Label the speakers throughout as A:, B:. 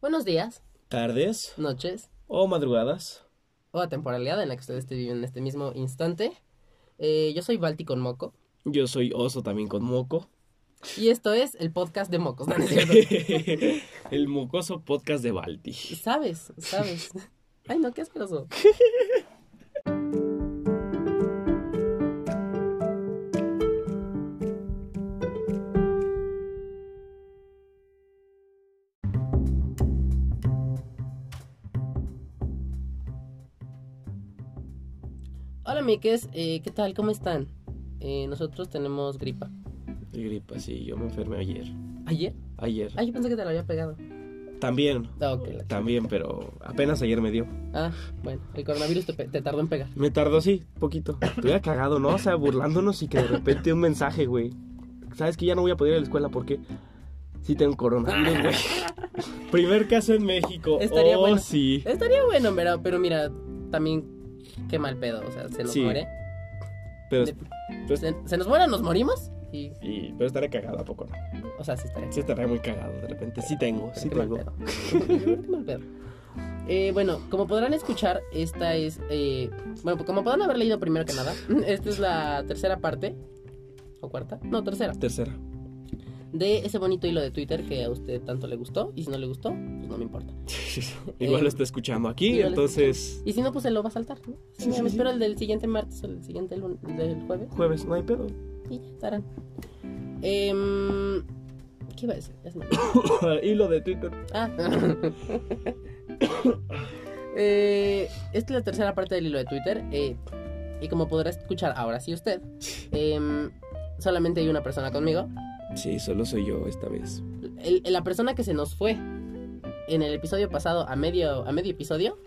A: Buenos días,
B: tardes
A: noches
B: o madrugadas.
A: o la temporalidad en la que ustedes esté viviendo en este mismo instante. Eh, yo soy Balti con Moco
B: Yo soy oso también con moco.
A: y esto es el podcast de Mocos. ¿no? ¿No es cierto?
B: El mocoso podcast de Balti.
A: sabes, sabes. Ay, no, qué asqueroso. Hola, miques. eh, ¿Qué tal? ¿Cómo están? Eh, nosotros tenemos gripa.
B: Y gripa, sí, yo me enfermé ayer.
A: ¿Ayer?
B: Ayer.
A: Ay, yo pensé que te la había pegado.
B: También.
A: Ah, ok, la-
B: También, pero apenas ayer me dio.
A: Ah, bueno, el coronavirus te, pe- te tardó en pegar.
B: Me tardó, sí, poquito. Estuviera cagado, ¿no? O sea, burlándonos y que de repente un mensaje, güey. Sabes que ya no voy a poder ir a la escuela porque sí tengo coronavirus, güey. Primer caso en México.
A: Estaría
B: oh,
A: bueno.
B: sí.
A: Estaría bueno, pero, pero mira, también qué mal pedo, o sea, se nos
B: Sí.
A: muere.
B: Pero,
A: de- Se, se nos muere, nos morimos y,
B: y- pero estaría cagado, ¿a poco no?
A: o sea, sí estaría.
B: Sí estaría muy cagado, de repente. Sí tengo,
A: pero
B: sí
A: qué mal
B: tengo.
A: pedo. Qué mal pedo. Eh, bueno, como podrán escuchar, esta es, eh, bueno, como podrán haber leído primero que nada, esta es la tercera parte o cuarta, no tercera,
B: Tercera.
A: de ese bonito hilo de Twitter que a usted tanto le gustó y si no le gustó, pues no me importa.
B: Igual lo
A: Eh,
B: está escuchando aquí,
A: igual lo
B: entonces.
A: Y si no, pues se lo va a saltar. ¿no?
B: Sí, sí,
A: me
B: sí.
A: espero el del siguiente martes o el siguiente lun- del jueves.
B: Jueves, no hay pedo.
A: Y ya estarán. Em, ¿Qué iba a decir? Ya se me olvidó.
B: Hilo de Twitter.
A: Ah. Eh, esta es la tercera parte del hilo de Twitter. eh, y como podrá escuchar ahora sí usted, em, solamente hay una persona conmigo.
B: Sí, solo soy yo esta vez.
A: El- la persona que se nos fue en el episodio pasado, a medio, a medio episodio,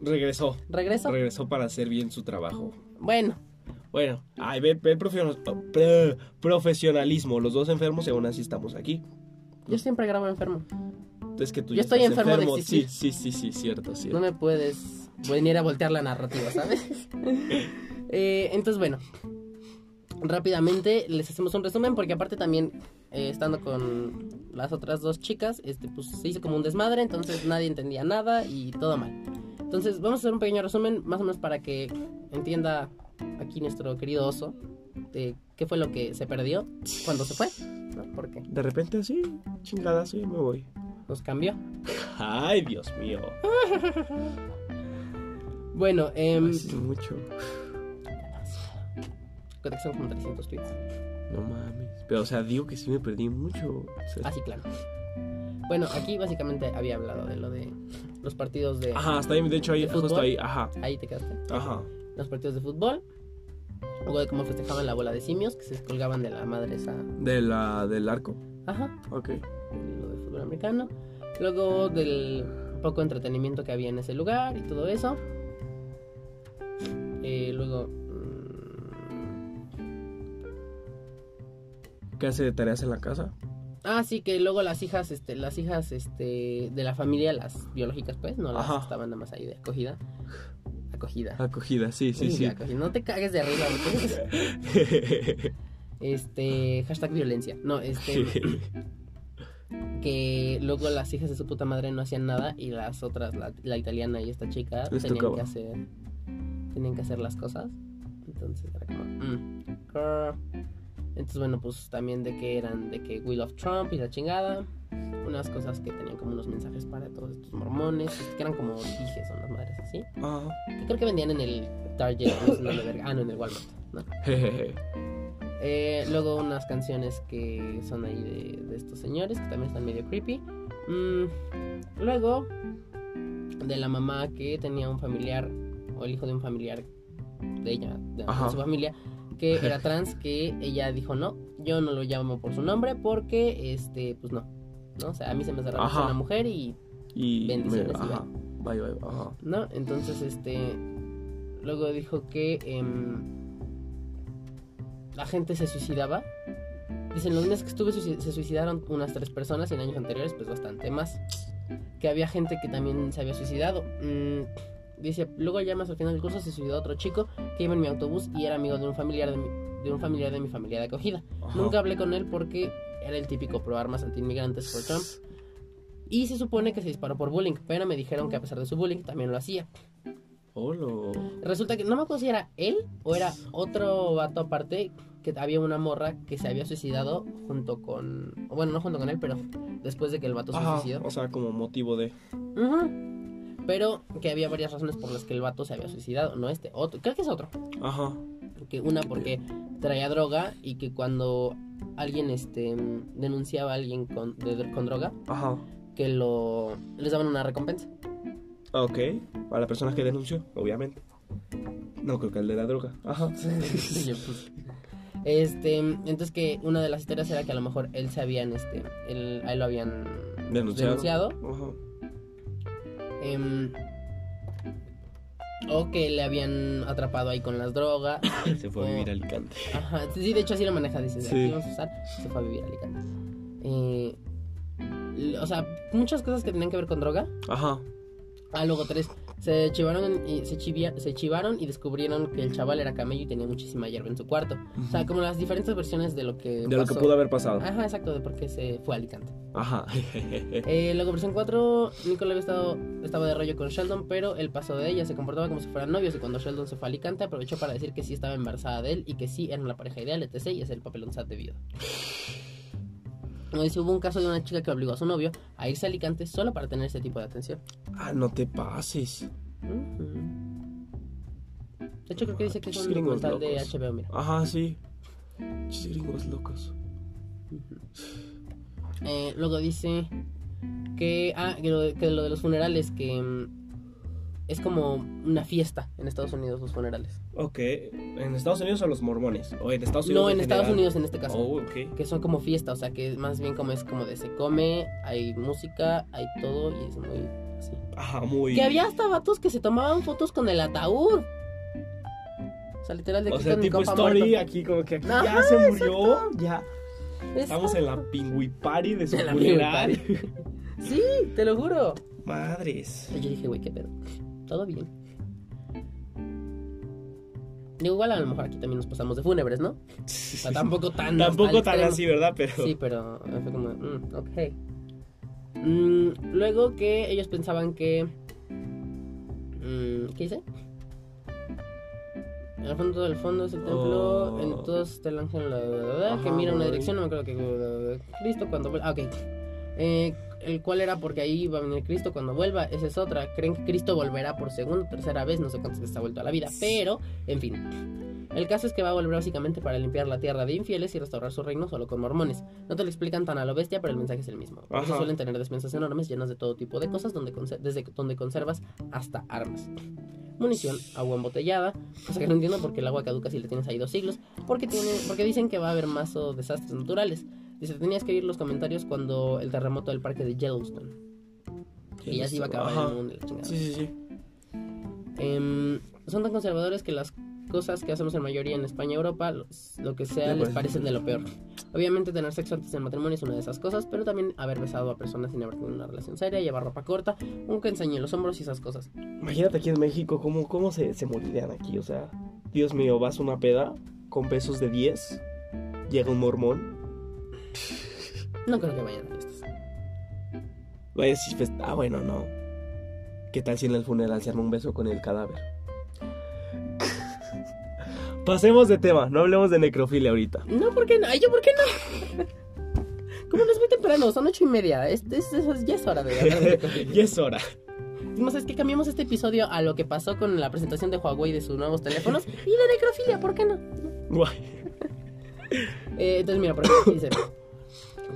B: Regresó.
A: regreso.
B: Regresó para hacer bien su trabajo.
A: Oh. bueno,
B: Bueno, ay, ve, ve el profe- pre- profesionalismo. Los dos enfermos y aún así estamos aquí.
A: yo siempre grabo enfermo.
B: Entonces que tú
A: Yo
B: ya
A: estoy
B: estás
A: enfermo de existir.
B: Sí, sí, sí, sí, cierto, cierto.
A: No me puedes venir a voltear la narrativa, ¿sabes? Eh, entonces, bueno, rápidamente les hacemos un resumen porque aparte también eh, estando con las otras dos chicas, este, pues se hizo como un desmadre, entonces nadie entendía nada y todo mal. Entonces, vamos a hacer un pequeño resumen, más o menos para que entienda aquí nuestro querido oso de qué fue lo que se perdió cuando se fue, ¿no? Porque
B: De repente así, chingadazo, y me voy.
A: nos cambió.
B: Ay, Dios mío.
A: Bueno, em,
B: Así mucho.
A: creo que son como 300 tweets.
B: No mames. Pero, o sea, digo que sí me perdí mucho. O sea,
A: Pues Así, claro. Bueno, aquí básicamente había hablado de lo de los partidos de.
B: Ajá, hasta ahí, de hecho, ahí,
A: ¿De fútbol?
B: justo ahí, ajá,
A: Ahí te quedaste.
B: ajá.
A: Los partidos de fútbol. Luego de cómo festejaban la bola de simios que se colgaban de la madre esa.
B: De la, del arco,
A: Ajá.
B: ok.
A: Lo de fútbol americano. Luego del poco entretenimiento que había en ese lugar y todo eso. Eh, luego. mm,
B: ¿Qué hace de tareas en la casa?
A: Ah, sí, que luego las hijas, este, las hijas, este, de la familia, las biológicas, pues, no las
B: Ajá.
A: que estaban nada más ahí de acogida. Acogida.
B: Acogida, sí, sí,
A: Uy,
B: sí.
A: ya, casi, No te cagues de arriba. ¿no? Este, hashtag violencia. No, este, que luego las hijas de su puta madre no hacían nada y las otras, la, la italiana y esta chica,
B: Les
A: tenían
B: tocaba.
A: que hacer, tenían que hacer las cosas. Entonces era como, mm, girl. Entonces, bueno, pues también de que eran, de que Will of Trump y la chingada. Unas cosas que tenían como unos mensajes para todos estos mormones, que eran como dijes, son las madres así.
B: Ah,
A: Que creo que vendían en el Target, no sé, en la verga. Ah, no, en el Walmart, ¿no?
B: jejeje.
A: Eh, luego unas canciones que son ahí de, de estos señores, que también están medio creepy. Mm, luego, de la mamá que tenía un familiar, o el hijo de un familiar de ella, de, de
B: Ajá.
A: su familia, que era trans, que ella dijo, no, yo no lo llamo por su nombre porque, este, pues no. ¿No? O sea, a mí se me hace raro que sea
B: Ajá.
A: una mujer y
B: Y
A: Bendiciones, y
B: ajá. Bye, bye, ajá.
A: ¿no? Entonces, este. Luego dijo que em, la gente se suicidaba. Dicen, los días que estuve suici- se suicidaron unas tres personas y en años anteriores, pues bastante más. Que había gente que también se había suicidado. Mm, dice, luego ya más al final del curso se suicidó otro chico que iba en mi autobús y era amigo de un familiar de mi, de un familiar de mi familia de acogida.
B: ajá.
A: Nunca hablé con él porque era el típico pro armas antiinmigrantes por Trump. Y se supone que se disparó por bullying, pero me dijeron que a pesar de su bullying también lo hacía.
B: Olo.
A: Resulta que no me acuerdo si era él o era otro vato aparte que había una morra que se había suicidado junto con. Bueno, no junto con él, pero después de que el vato se
B: Ah,
A: suicidó.
B: o sea, como motivo de.
A: Ujú. Pero que había varias razones por las que el vato se había suicidado, no este, otro. Creo que es otro.
B: Ajá.
A: Que una porque traía droga y que cuando alguien este mm, denunciaba a alguien con, de dro- con droga,
B: Ajá.
A: que lo les daban una recompensa.
B: Ah, Ok. A la persona que denunció, obviamente. No creo que el de la droga. Ajá.
A: Y yo, pues, este, entonces que una de las historias era que a lo mejor él se habían, este, él, a él lo habían
B: Denunciado.
A: denunciado,
B: Ajá.
A: em, o que le habían atrapado ahí con las drogas.
B: Se fue a vivir al cante.
A: Ajá, sí, sí, de hecho así lo maneja, dice,
B: Sí.
A: aquí vamos a usar, se fue a vivir a Alicante. Eh, l- o sea, muchas cosas que tenían que ver con droga.
B: Ajá.
A: Ah, luego tres, se chivaron y se, chivia- se chivaron y descubrieron que el chaval era camello y tenía muchísima hierba en su cuarto. O sea, como las diferentes versiones de lo que
B: De lo que
A: pasó.
B: pudo haber pasado.
A: Ajá, exacto, de por qué se fue a Alicante.
B: Ajá.
A: Eh, luego, versión 4, Nicole había estado, estaba de rollo con Sheldon, pero él pasó de ella, se comportaba como si fueran novios y cuando Sheldon se fue a Alicante aprovechó para decir que sí estaba embarazada de él y que sí eran la pareja ideal, etc. y hacer el papelón sad de viuda. Como dice, hubo un caso de una chica que obligó a su novio a irse a Alicante solo para tener este tipo de atención.
B: ah, no te pases.
A: Ujú. De hecho, creo que dice que es un
B: Gringos
A: documental de
B: locos.
A: HBO, mira.
B: Ajá, sí. Chis gringos locos.
A: Eh, luego dice que, ah, que lo, que lo de los funerales, que mm, es como una fiesta en Estados Unidos los funerales.
B: Ok. ¿En Estados Unidos o los mormones? O en Estados Unidos.
A: No, en Estados
B: general?
A: Unidos en este caso.
B: Oh, ok.
A: Que son como fiesta, o sea, que más bien como es como de se come, hay música, hay todo y es muy así.
B: Ajá, Ah, muy.
A: Que había hasta vatos que se tomaban fotos con el ataúd. O sea, literal de
B: O
A: que
B: sea,
A: con mi
B: tipo
A: compa
B: story,
A: muerto.
B: aquí como que aquí
A: Ajá,
B: ya se murió. Ya. Estamos
A: Exacto.
B: en la pingüi party de su
A: En la
B: funeral.
A: Sí, te lo juro.
B: Madres.
A: Y yo dije, güey, qué pedo. Todo bien. Digo, igual a lo mejor aquí también nos pasamos de fúnebres, ¿no? O sea, tampoco tan.
B: Tampoco
A: hasta el
B: tan así,
A: extremo.
B: ¿verdad? Pero.
A: Sí, pero eh, fue como, mm, ok. Mm, luego que ellos pensaban que. mm, ¿Qué hice? En el fondo del fondo es el templo,
B: Oh.
A: entonces está el ángel la- la- la- la,
B: Ajá,
A: que mira una
B: güey.
A: dirección, no me acuerdo que. Cristo cuando vuelva. Ah, ok. Eh, el cual era porque ahí va a venir Cristo cuando vuelva, esa es otra. Creen que Cristo volverá por segunda o tercera vez, no sé cuántas veces ha vuelto a la vida, pero, en fin. El caso es que va a volver básicamente para limpiar la tierra de infieles y restaurar su reino solo con mormones. No te lo explican tan a lo bestia, pero el mensaje es el mismo. Por eso
B: Ajá.
A: suelen tener despensas enormes llenas de todo tipo de cosas, donde conser- desde donde conservas hasta armas. Munición, agua embotellada, cosa que no entiendo porque el agua caduca si le tienes ahí dos siglos, porque, tiene, porque dicen que va a haber más oh, desastres naturales. Dice, tenías que oír los comentarios cuando el terremoto del parque de Yellowstone. Que ya se iba a acabar
B: Ajá.
A: el mundo. y la chingada.
B: Sí, sí, sí.
A: Em, son tan conservadores que las cosas que hacemos en mayoría en España y Europa, los- lo que sea,
B: Le
A: les
B: parece
A: parecen de lo peor. Obviamente tener sexo antes del matrimonio es una de esas cosas, pero también haber besado a personas sin haber tenido una relación seria, llevar ropa corta, un enseñe en los hombros y esas cosas.
B: Imagínate aquí en México, cómo, cómo se, se morirían aquí. O sea, Dios mío, vas a una peda con besos de 10. Llega un mormón.
A: No creo que vayan a fiestas.
B: va a decir, pues, ah, bueno, no. ¿Qué tal si en el funeral se arma un beso con el cadáver? Pasemos de tema, no hablemos de necrofilia ahorita.
A: No, ¿por qué no? Ay, yo, ¿por qué no? ¿Cómo no es muy temprano? Son ocho y media. Es, es- es- ya es hora de hablar de cosas.
B: y es hora.
A: No sé, es que cambiamos este episodio a lo que pasó con la presentación de Huawei de sus nuevos teléfonos y de necrofilia, ¿por qué no?
B: Guay.
A: Eh, entonces, mira, por ejemplo, dice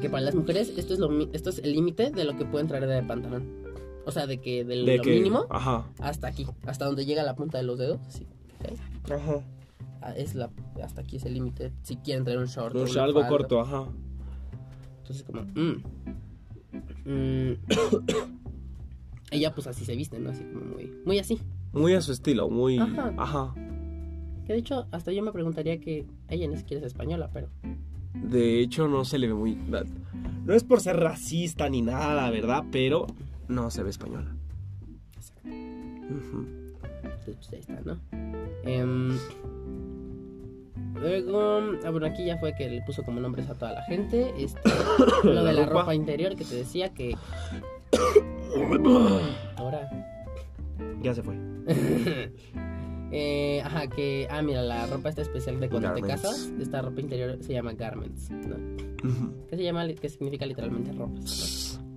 A: que para las mujeres esto es, lo, mi- esto es el límite de lo que pueden traer de pantalón. O sea, de que de
B: De
A: lo
B: que-
A: mínimo
B: Ajá.
A: hasta aquí, hasta donde llega la punta de los dedos. así, ¿ok?
B: Ajá.
A: Ah, es la, hasta aquí es el límite. Si quieren traer un short. o
B: No,
A: una
B: algo
A: falda.
B: corto, ajá.
A: Entonces, como. mm. Mm. Ella, pues así se viste, ¿no? Así como muy, muy así.
B: Muy a su estilo, muy.
A: Ajá.
B: Ajá.
A: Que de hecho, hasta yo me preguntaría que ella ni siquiera es española, pero.
B: De hecho, no se le ve muy. No es por ser racista ni nada, ¿verdad? Pero no se ve española.
A: Exacto.
B: Ujú.
A: Entonces, pues, ahí está, ¿no? Em, luego, ah, bueno, aquí ya fue que le puso como nombres a toda la gente. Este, lo de la ropa interior que te decía que Ahora.
B: Ya se fue.
A: Eh, ajá, que. Ah, mira, la ropa está especial de cuando
B: Garments.
A: te casas. Esta ropa interior se llama garments, ¿no?
B: Ujú.
A: Que se llama, que significa literalmente ropas. ¿no?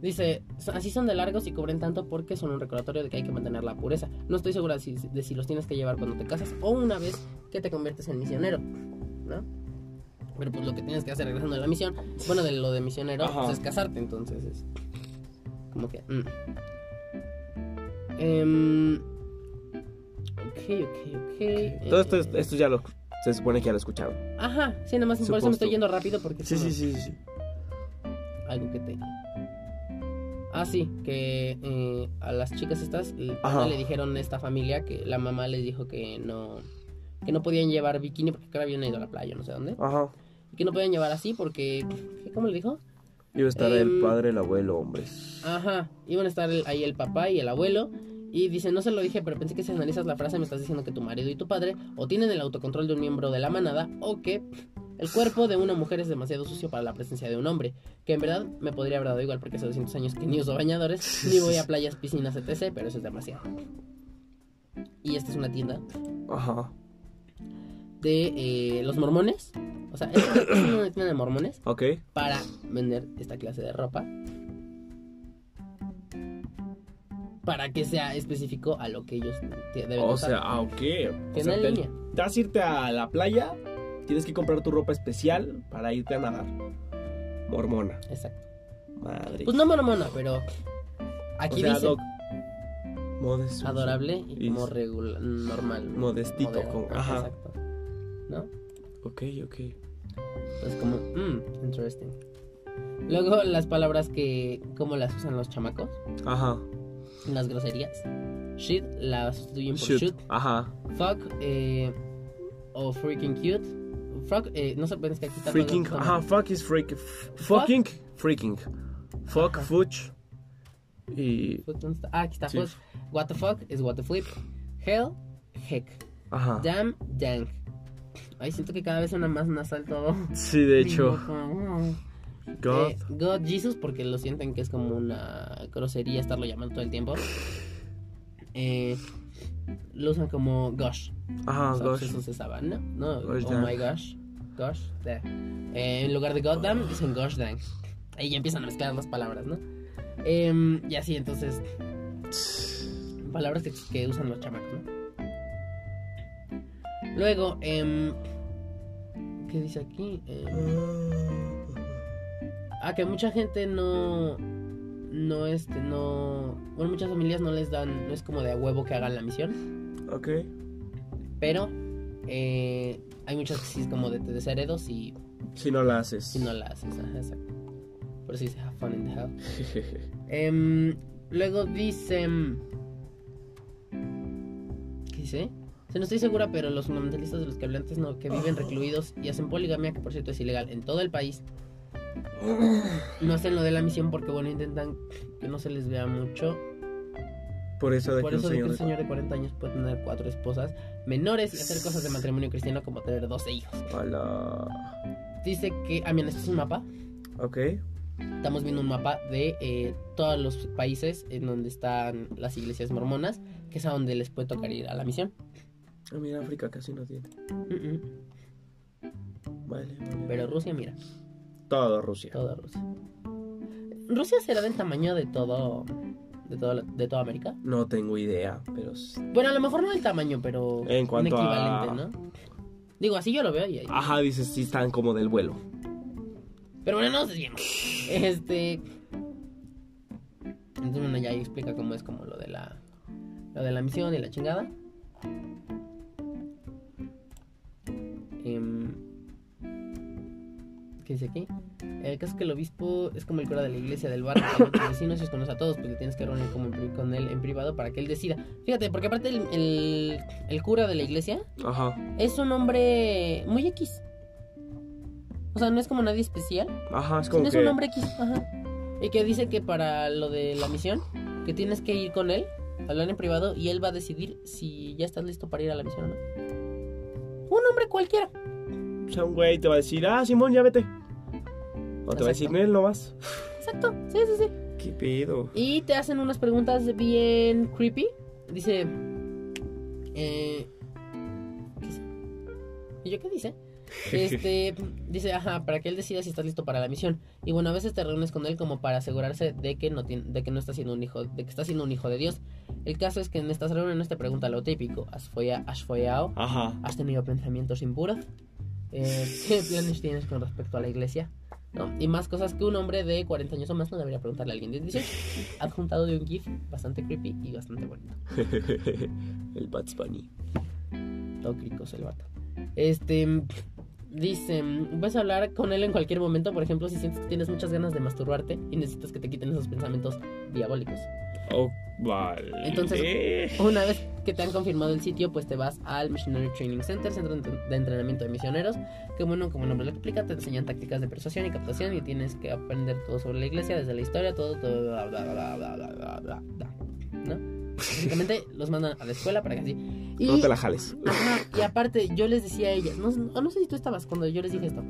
A: Dice, "So- así son de largos y cubren tanto porque son un recordatorio de que hay que mantener la pureza. No estoy segura si- de si los tienes que llevar cuando te casas o una vez que te conviertes en misionero, ¿no? Pero pues lo que tienes que hacer regresando de la misión, bueno, de lo de misionero,
B: Ajá.
A: pues, es casarte, entonces es como que... mm. Em, ok, ok, ok.
B: Todo esto, es-
A: eh,
B: esto ya lo, se supone que ya lo escucharon.
A: Ajá, sí, nomás por eso me estoy
B: Supuesto.
A: yendo rápido porque...
B: Sí,
A: es
B: sí,
A: como
B: sí, sí, sí.
A: Algo que te... Ah, sí, que eh, a las chicas estas eh,
B: Ajá.
A: le dijeron a esta familia que la mamá les dijo que no... Que no podían llevar bikini porque creo que habían ido a la playa, no sé dónde.
B: Ajá.
A: Y que no podían llevar así porque... ¿Cómo le dijo?
B: Iba a estar el
A: Em,
B: padre, el abuelo, hombres.
A: Ajá, iban a estar el- ahí el papá y el abuelo. Y dice, no se lo dije, pero pensé que si analizas la frase me estás diciendo que tu marido y tu padre o tienen el autocontrol de un miembro de la manada o que el cuerpo de una mujer es demasiado sucio para la presencia de un hombre. Que en verdad me podría haber dado igual porque hace 200 años que ni uso bañadores, ni voy a playas, piscinas, etc. Pero eso es demasiado. Y esta es una tienda
B: Ajá.
A: de eh, los mormones. O sea, es es una tienda de mormones
B: Ok.
A: para vender esta clase de ropa. Para que sea específico a lo que ellos te- deben
B: O
A: usar.
B: sea, ah, ok.
A: Que
B: O sea,
A: no hay
B: te,
A: línea.
B: te vas a irte a la playa, tienes que comprar tu ropa especial para irte a nadar. Mormona.
A: Exacto.
B: Madre.
A: Pues no mormona, pero aquí
B: o sea,
A: dice
B: doc- modesto.
A: adorable y
B: Y-
A: como regular, normal.
B: Modestito,
A: moderado.
B: con- ajá.
A: Exacto. ¿No?
B: Ok, ok.
A: Entonces como, mm, interesting. Luego las palabras que, cómo las usan los chamacos,
B: Ajá.
A: las groserías. Shit la sustituyen por
B: Shoot.
A: shoot.
B: Ajá.
A: Fuck eh, o freaking cute. Fuck, eh, no sé, pero es que aquí está todo-
B: Freaking.
A: todo-
B: Ajá, fuck is freak. f- Fucking. Freaking. Fuck,
A: Ajá.
B: fuch. Y.
A: Fuck, ¿dónde está? Ah, aquí está.
B: Sí.
A: fuck. What the fuck es what the flip. Hell, heck.
B: Ajá.
A: Damn, dang. Ay, siento que cada vez suena más nasal todo.
B: Sí, de hecho.
A: Como,
B: God.
A: eh, God Jesus, porque lo sienten que es como una grosería estarlo llamando todo el tiempo. Eh, lo usan como gosh.
B: Ajá,
A: O sea, pues
B: Ah, gosh.
A: eso se usaba, ¿no? No,
B: Gosh
A: oh
B: dang.
A: my gosh. Gosh dang. Eh, en lugar de goddamn, dicen gosh dang. Ahí ya empiezan a mezclar las palabras, ¿no? Em, y así, entonces, palabras que, que usan los chamacos, ¿no? Luego, em, ¿qué dice aquí? Em, ah, que mucha gente no. No, este, no. Bueno, muchas familias no les dan. No es como de a huevo que hagan la misión.
B: Ok.
A: Pero eh, hay muchas que sí es como de te desheredo si,
B: Si no la haces.
A: si no la haces. Ajá, exacto. Por eso dice have fun in the hell. Em, luego dice. em, ¿Qué dice? O sea, no estoy segura, pero los fundamentalistas de los que hablé antes no, que viven recluidos y hacen poligamia, que por cierto es ilegal en todo el país, no hacen lo de la misión porque, bueno, intentan que no se les vea mucho.
B: Por eso de
A: Por
B: que
A: eso
B: un
A: de que
B: señor.
A: un señor de 40 años puede tener cuatro esposas menores y hacer cosas de matrimonio cristiano como tener 12 hijos.
B: Hola.
A: Dice que, ah, miren, este es un mapa.
B: Ok.
A: Estamos viendo un mapa de eh, todos los países en donde están las iglesias mormonas, que es a donde les puede tocar ir a la misión.
B: Ah, mira, África casi no tiene.
A: Mm, mm.
B: Vale. vale.
A: Pero Rusia, mira,
B: Todo Rusia.
A: toda Rusia. ¿Rusia será del tamaño de todo, de todo, de toda América?
B: No tengo idea, pero. s-
A: Bueno, a lo mejor no del tamaño, pero
B: En cuanto
A: un
B: a-
A: equivalente, ¿no? Digo, así yo lo veo y ahí.
B: Ajá, dices, sí están como del vuelo.
A: Pero bueno, no nos desviemos. Este. Entonces, bueno, ya ahí explica cómo es como lo de la. Lo de la misión y la chingada. Em, ¿Qué dice aquí? El caso es que el obispo es como el cura de la iglesia del barrio, que habla con los vecinos y los conoce a todos, pues le tienes que reunir como en pri- con él en privado para que él decida. Fíjate, porque aparte el, el- el cura de la iglesia
B: Ajá.
A: es un hombre muy X. O sea, no es como nadie especial.
B: Ajá, es
A: Sí,
B: como
A: no es
B: que.
A: un hombre X, ajá. Y que dice que para lo de la misión, que tienes que ir con él, hablar en privado, y él va a decidir si ya estás listo para ir a la misión o no. Un hombre cualquiera.
B: O sea, un güey te va a decir, ah, Simón, ya vete. O te va a decir,
A: Exacto.
B: Nel, no vas.
A: Exacto, sí, sí, sí.
B: ¿Qué pedo?
A: Y te hacen unas preguntas bien creepy. Dice. Eh, ¿qué dice? ¿Y yo qué dice? Este, dice, ajá, para que él decida si estás listo para la misión. Y bueno, a veces te reúnes con él como para asegurarse de que no, tien- de que no estás siendo un hijo, de que estás siendo un hijo de Dios. El caso es que en estas reuniones te pregunta lo típico. ¿Has, folla- has follado?
B: Ajá.
A: ¿Has tenido pensamientos impuros? Eh, ¿Qué planes tienes con respecto a la iglesia? ¿No? Y más cosas que un hombre de 40 años o más no debería preguntarle a alguien de 18. Adjuntado de un GIF bastante creepy y bastante bonito.
B: el Bats Bunny.
A: Todo cricos el vato. Este. Dice, puedes hablar con él en cualquier momento, por ejemplo, si sientes que tienes muchas ganas de masturbarte y necesitas que te quiten esos pensamientos diabólicos.
B: Oh, vale. Eh.
A: Entonces- Una vez que te han confirmado el sitio, pues te vas al Missionary Training Center, centro de entre- de entrenamiento de misioneros, que bueno, como el nombre lo explica, te enseñan tácticas de persuasión y captación y tienes que aprender todo sobre la iglesia, desde la historia, todo, todo, bla, bla, bla, bla, bla, bla, bla, bla, ¿no? Básicamente los mandan a la escuela para que así. Y,
B: No te la jales.
A: ajá, y aparte, yo les decía a ellas, no, no no sé si tú estabas cuando yo les dije esto,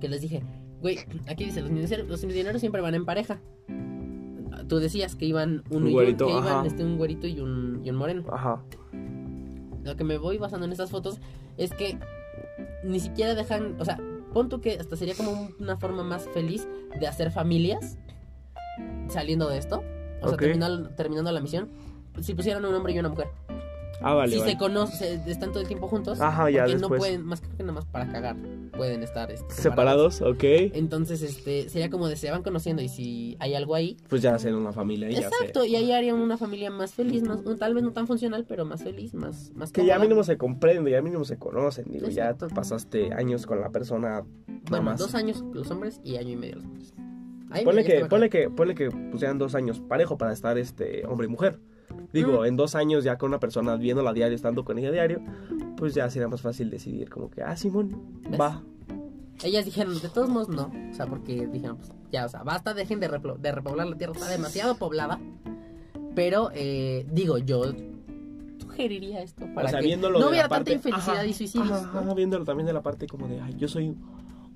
A: que les dije, güey, aquí dice, los misioneros, los misioneros siempre van en pareja. Tú decías que iban un,
B: Un
A: y un-
B: güerito,
A: que iban,
B: ajá.
A: este, un güerito y un, y un moreno
B: Ajá.
A: lo que me voy basando en estas fotos es que ni siquiera dejan, o sea, pon tú que hasta sería como un- una forma más feliz de hacer familias saliendo de esto, o sea,
B: Ok.
A: terminando, terminando la misión, si pusieran un hombre y una mujer.
B: Ah, vale,
A: si
B: vale.
A: se conocen, están todo el tiempo juntos,
B: Ajá, ya
A: porque no
B: después.
A: pueden, más que nada más para cagar, pueden estar este,
B: Separados, ok.
A: Entonces, este, sería como de se van conociendo y si hay algo ahí.
B: Pues ya hacen una familia y ya sé.
A: Exacto, y ahí harían una familia más feliz, no- tal vez no tan funcional, pero más feliz, más, más
B: Que ya
A: cómoda.
B: mínimo se comprende, ya mínimo se conocen. Digo, ya
A: Exacto.
B: pasaste años con la persona. Nada
A: Bueno,
B: más.
A: dos años los hombres y año y medio los mujeres. Ahí, mira,
B: Ponle
A: ya
B: que,
A: está
B: ponle que, ponle que pusieran dos años parejo para estar este hombre y mujer. Digo,
A: Mm.
B: en dos años ya con una persona viéndola diario, estando con ella diario, pues ya sería más fácil decidir como que, ah, Simón,
A: ¿Ves?
B: va.
A: mejor. Ellas dijeron, de todos modos, no. O sea, porque dijeron, pues ya, o sea, basta, dejen de, replo- de repoblar la tierra, está demasiado poblada. Pero, eh, digo, yo sugeriría esto para
B: o sea,
A: que
B: viéndolo
A: no
B: de
A: hubiera
B: la parte...
A: tanta infelicidad
B: Ajá,
A: y suicidios.
B: ajá,
A: ¿no?
B: ajá, Ah, viéndolo también de la parte como de, ay, yo soy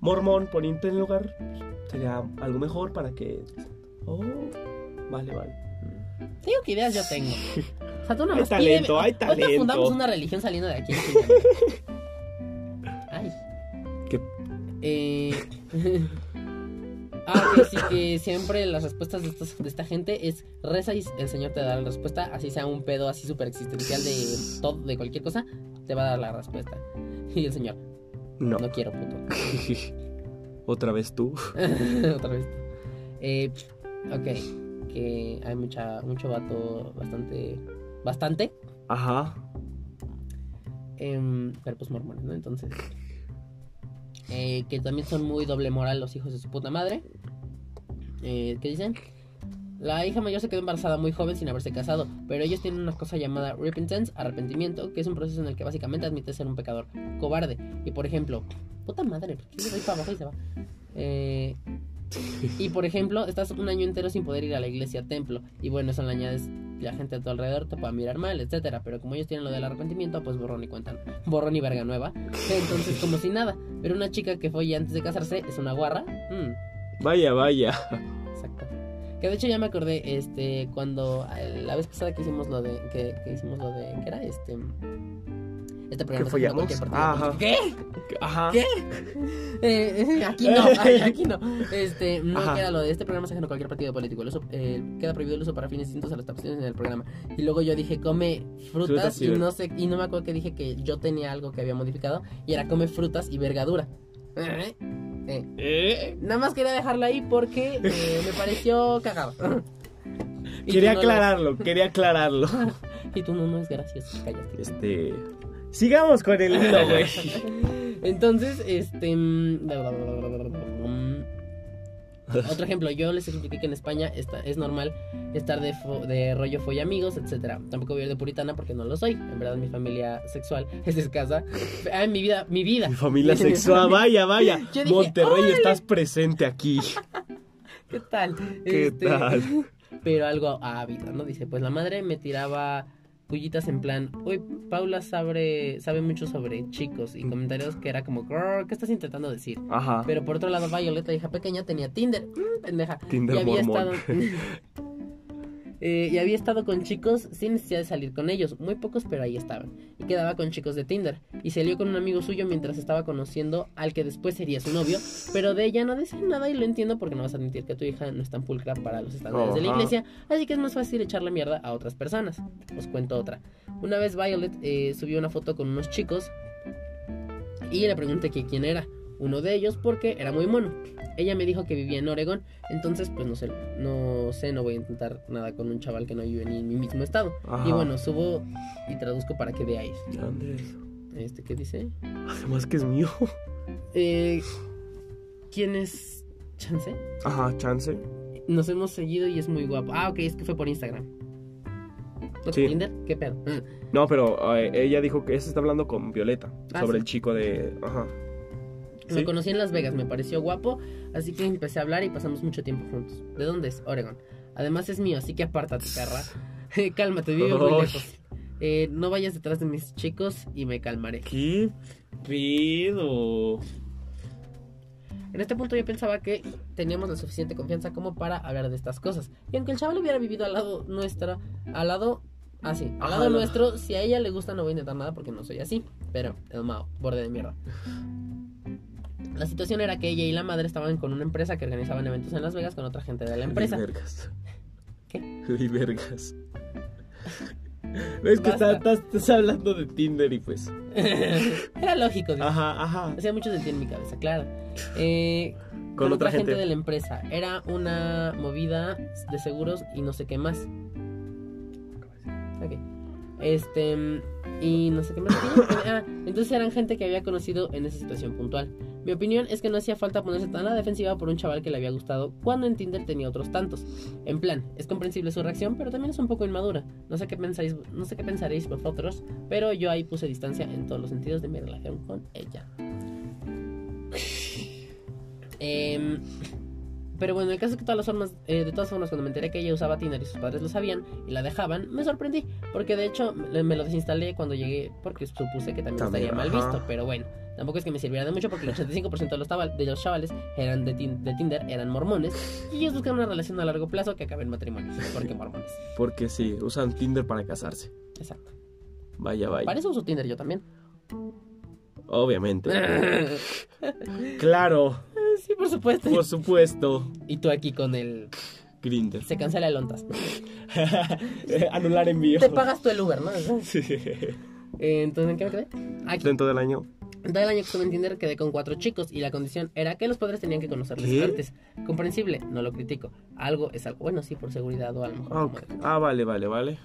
B: mormón, por en primer lugar, sería algo mejor para que... Oh, vale, vale.
A: Te Digo que ideas yo tengo. O sea, tú nada
B: Hay
A: más
B: talento,
A: pídeme-
B: hay
A: ahorita
B: talento.
A: fundamos una religión saliendo de aquí. Ay.
B: ¿Qué?
A: Eh... ah, que sí, que siempre las respuestas de, estos- de esta gente es reza y el Señor te dará la respuesta. Así sea un pedo así súper existencial de todo, de cualquier cosa, te va a dar la respuesta. Y el Señor,
B: No.
A: no quiero, puto.
B: Otra vez tú.
A: Otra vez. Eh, ok, que hay mucha, mucho vato bastante. Bastante.
B: Ajá.
A: em, cuerpos mormones, ¿no? Entonces. eh, que también son muy doble moral los hijos de su puta madre. Eh, ¿Qué dicen? La hija mayor se quedó embarazada muy joven sin haberse casado, pero ellos tienen una cosa llamada repentance, arrepentimiento, que es un proceso en el que básicamente admite ser un pecador cobarde. Y por ejemplo, puta madre, ¿por qué le doy para abajo y se va? Eh, y por ejemplo, estás un año entero sin poder ir a la iglesia, templo, y bueno, eso le añades la gente a tu alrededor te pueda mirar mal, etcétera. Pero como ellos tienen lo del arrepentimiento, pues borrón y cuentan. Borrón y verga nueva. Entonces, como si nada. Pero una chica que fue ya antes de casarse es una guarra. Mm,
B: Vaya, vaya.
A: Exacto. Que de hecho ya me acordé, este, cuando eh, la vez pasada que hicimos lo de, que, que hicimos lo de, ¿qué era? Este, este programa.
B: ¿Que
A: se llama
B: follamos?
A: Cualquier Partido
B: Ajá.
A: Político. ¿Qué?
B: Ajá.
A: ¿Qué? Eh, eh, aquí no, ay, aquí no. Este, no
B: Ajá.
A: queda lo de este programa es ajeno a cualquier partido político. El uso, eh, queda prohibido el uso para fines distintos a las opciones en el programa. Y luego yo dije, come frutas,
B: Frutas y
A: y
B: ver-
A: no sé, y no me acuerdo que dije que yo tenía algo que había modificado y era come frutas y vergadura. Eh, eh.
B: Eh,
A: Nada más quería dejarla ahí porque eh, me pareció cagado. Y tú
B: Quería
A: no
B: aclararlo, quería aclararlo.
A: lo- y tú no, no es gracioso, cállate.
B: Este. Sigamos con el hilo, güey.
A: Entonces, este. mm, bla, bla, bla, bla, bla, bla, bla, mm. Otro ejemplo, yo les expliqué que en España está- es normal estar de, fo- de rollo folla amigos, etcétera. Tampoco voy a ir de puritana porque no lo soy. En verdad, mi familia sexual es escasa. Ah, mi vida, mi vida.
B: Mi familia sexual, vaya, vaya.
A: Yo dije,
B: Monterrey, estás presente aquí.
A: ¿Qué tal? Este,
B: ¿Qué tal?
A: Pero algo ávida, ¿no? Dice, pues la madre me tiraba pullitas en plan, uy, Paula sabe, sabe mucho sobre chicos y comentarios que era como, "Grr, ¿qué estás intentando decir?
B: Ajá.
A: Pero por otro lado, Violeta, hija pequeña, tenía Tinder. Mm, pendeja.
B: Tinder
A: y había
B: mormón.
A: estado- Eh, y había estado con chicos sin necesidad de salir con ellos, muy pocos, pero ahí estaban. Y quedaba con chicos de Tinder. Y se lió con un amigo suyo mientras estaba conociendo al que después sería su novio. Pero de ella no dice nada y lo entiendo porque no vas a admitir que tu hija no es tan pulcra para los estándares de la
B: Ajá.
A: iglesia. Así que es más fácil echarle mierda a otras personas. Os cuento otra. Una vez Violet eh, subió una foto con unos chicos y le pregunté que quién era. Uno de ellos porque era muy mono. Ella me dijo que vivía en Oregón, entonces pues no sé, no sé, no voy a intentar nada con un chaval que no vive ni en mi mismo estado.
B: Ajá.
A: Y bueno, subo y traduzco para que veáis.
B: Andrés.
A: Este, ¿qué dice?
B: Además que es mío.
A: Eh, ¿Quién es Chance?
B: Ajá, chance.
A: Nos hemos seguido y es muy guapo. Ah, ok, es que fue por Instagram. ¿No
B: Sí.
A: Tinder? ¿Qué pedo? Mm.
B: No, pero eh, ella dijo que ese está hablando con Violeta.
A: Ah,
B: sobre
A: sí.
B: el chico de. Ajá.
A: Lo conocí en Las Vegas, me pareció guapo, así que empecé a hablar y pasamos mucho tiempo juntos. ¿De dónde es? Oregon. Además es mío, así que apártate, carra. Cálmate, vive muy
B: Ay.
A: lejos. Eh, no vayas detrás de mis chicos y me calmaré.
B: ¿Qué pedo?
A: En este punto yo pensaba que teníamos la suficiente confianza como para hablar de estas cosas. Y aunque el chaval hubiera vivido al lado nuestra, al lado, así, al
B: Ajá,
A: lado
B: al lado.
A: nuestro, si a ella le gusta no voy a intentar nada porque no soy así. Pero, el mao, borde de mierda. La situación era que ella y la madre estaban con una empresa que organizaban eventos en Las Vegas con otra gente de la empresa.
B: Di vergas.
A: ¿Qué?
B: Di vergas. Es que está-
A: Basta.
B: estás, estás hablando de Tinder y pues.
A: Era lógico, digo.
B: Ajá, ajá.
A: Hacía mucho sentido en mi cabeza, claro. Eh,
B: Con,
A: con,
B: otra, gente.
A: de la empresa. Era una movida de seguros y no sé qué más. Ok. Este. mm, Y no sé qué más. Ah, entonces eran gente que había conocido en esa situación puntual. Mi opinión es que no hacía falta ponerse tan a la defensiva por un chaval que le había gustado cuando en Tinder tenía otros tantos. En plan, es comprensible su reacción, pero también es un poco inmadura. No sé qué pensáis, no sé qué pensaréis vosotros, pero yo ahí puse distancia en todos los sentidos de mi relación con ella. Em, pero bueno, el caso es que todas las formas, eh, de todas formas, cuando me enteré que ella usaba Tinder y sus padres lo sabían y la dejaban, me sorprendí. Porque de hecho me, me lo desinstalé cuando llegué porque supuse que también,
B: También,
A: estaría mal
B: ajá.
A: visto. Pero bueno, tampoco es que me sirviera de mucho porque el 85% de los, tabal- de los chavales eran de, Tin- de Tinder eran mormones y ellos buscan una relación a largo plazo que acabe en matrimonio. Porque mormones.
B: Porque sí, usan Tinder para casarse.
A: Exacto.
B: Vaya, vaya.
A: Para eso uso Tinder yo también.
B: Obviamente. claro,
A: sí, por supuesto.
B: por supuesto.
A: Y tú aquí con el...
B: Grinder.
A: Se cancela el ONTAS.
B: Anular envío.
A: Te pagas tú el Uber, ¿no?
B: Sí.
A: Eh, Entonces, ¿en qué me quedé? Aquí.
B: Dentro del año.
A: Todo el año que estuve en Tinder quedé con cuatro chicos y la condición era que los padres tenían que conocerles
B: ¿Qué?
A: antes. Comprensible, no lo critico. Algo es algo. Bueno, sí, por seguridad o algo.
B: Ah, ok. Ah, vale, vale, vale.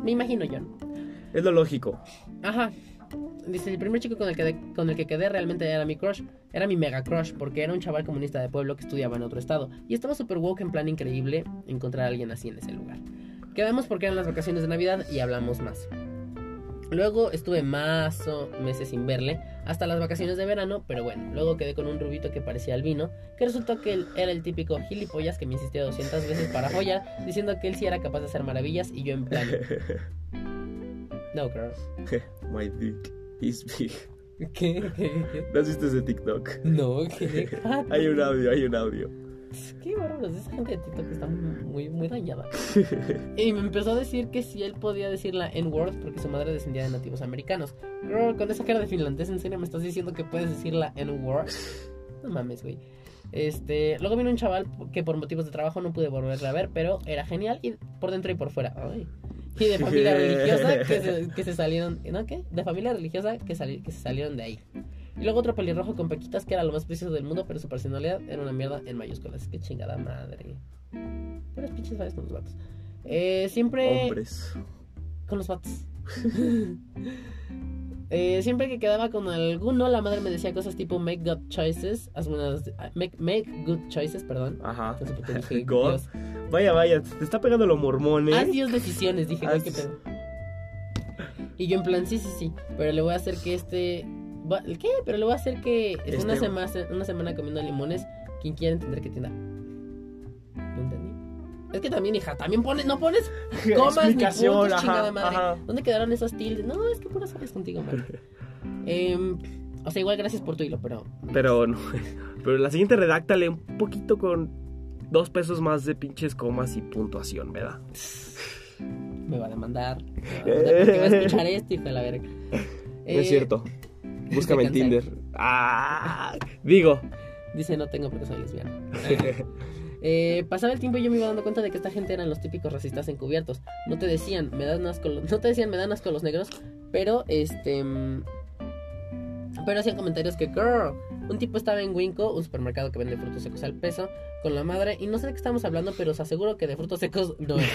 A: Me imagino yo. ¿no?
B: Es lo lógico.
A: Ajá. Dice, el primer chico con el, que con el que quedé realmente era mi crush. Era mi mega crush porque era un chaval comunista de pueblo que estudiaba en otro estado. Y estaba súper woke en plan increíble encontrar a alguien así en ese lugar. Quedamos porque eran las vacaciones de Navidad y hablamos más. Luego estuve más o meses sin verle, hasta las vacaciones de verano, pero bueno, luego quedé con un rubito que parecía albino, que resultó que él era el típico gilipollas que me insistió 200 veces para follar, diciendo que él sí era capaz de hacer maravillas y yo en plan... No, girl.
B: My dick is big.
A: ¿Qué? ¿Qué? ¿Qué?
B: ¿No has visto ese TikTok?
A: No, ¿qué? Ah,
B: Hay un audio, hay un audio.
A: Qué bárbaros, esa pues, gente de TikTok está muy, muy dañada. Y me empezó a decir que si él podía decir la N-word porque su madre descendía de nativos americanos. Girl, con esa cara de finlandés, ¿en serio me estás diciendo que puedes decir la N-word? No mames, güey. Este, luego vino un chaval que por motivos de trabajo no pude volverle a ver, pero era genial y por dentro y por fuera. Ay. Y de familia religiosa que se, que se salieron, ¿no qué? De familia religiosa que, sali- que se salieron de ahí. Y luego otro pelirrojo con pequitas que era lo más precioso del mundo, pero su personalidad era una mierda en mayúsculas. Qué chingada madre. Puras pinches vayas con los vatos. Eh, siempre.
B: Hombres.
A: Con los vatos. Eh, siempre que quedaba con alguno, la madre me decía cosas tipo make good choices. hazme unas- ah, Make, make good choices, perdón.
B: Ajá.
A: No sé por qué dije
B: God.
A: Dios.
B: Vaya, vaya, te está pegando lo mormón, ¿eh?
A: Haz Dios decisiones, dije, güey, qué
B: Haz-
A: pedo. Y yo en plan, sí, sí, sí, pero le voy a hacer que este... va- ¿Qué? Pero le voy a hacer que esté una,
B: Este-
A: semana, una semana comiendo limones. Quien quiera entender que tienda. No entendí. Es que también, hija, también pones, no pones comas ni puntos,
B: Explicación, ajá,
A: chingada madre.
B: ajá.
A: ¿Dónde quedaron esas tildes? No, es que puras sabes contigo, madre. Em, o sea, igual gracias por tu hilo, pero
B: Pero no. Pero la siguiente redáctale un poquito con dos pesos más de pinches comas y puntuación, ¿verdad?
A: me va a demandar. Me va a demandar porque va a escuchar esto, hijo de la verga.
B: No
A: Eh,
B: es cierto. Búscame en
A: te cansé.
B: Tinder. Ah, digo.
A: Dice, no tengo porque soy lesbiana. Eh, pasaba el tiempo y yo me iba dando cuenta de que esta gente eran los típicos racistas encubiertos. No te decían, me dan asco, lo- no te decían, me dan asco los negros, pero este... mm, Pero hacían comentarios que, girl, un tipo estaba en Winco, un supermercado que vende frutos secos al peso, con la madre, y no sé de qué estamos hablando, pero os aseguro que de frutos secos no era.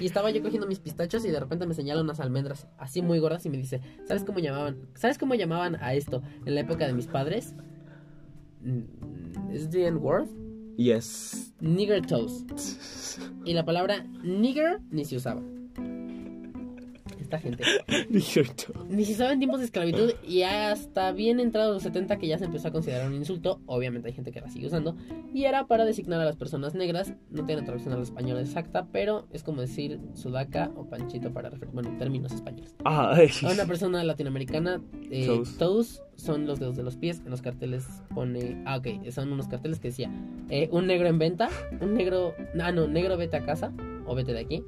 A: Y estaba yo cogiendo mis pistachos y de repente me señala unas almendras así muy gordas y me dice, ¿sabes cómo llamaban? ¿Sabes cómo llamaban a esto en la época de mis padres? Mm, ¿Es the N word?
B: yes.
A: Nigger toes. Y la palabra nigger ni se usaba. Esta gente.
B: Cierto.
A: Ni se usaba en tiempos de esclavitud y hasta bien entrados los 70 que ya se empezó a considerar un insulto. Obviamente hay gente que la sigue usando. Y era para designar a las personas negras. No tiene traducción al español exacta, pero es como decir sudaca o panchito para referir. Bueno, términos españoles.
B: Ah,
A: A una persona latinoamericana, eh,
B: Toes.
A: toes. son los dedos de los pies. En los carteles pone. Ah, ok. Son unos carteles que decía: eh, un negro en venta, un negro. Ah, no, negro vete a casa o vete de aquí.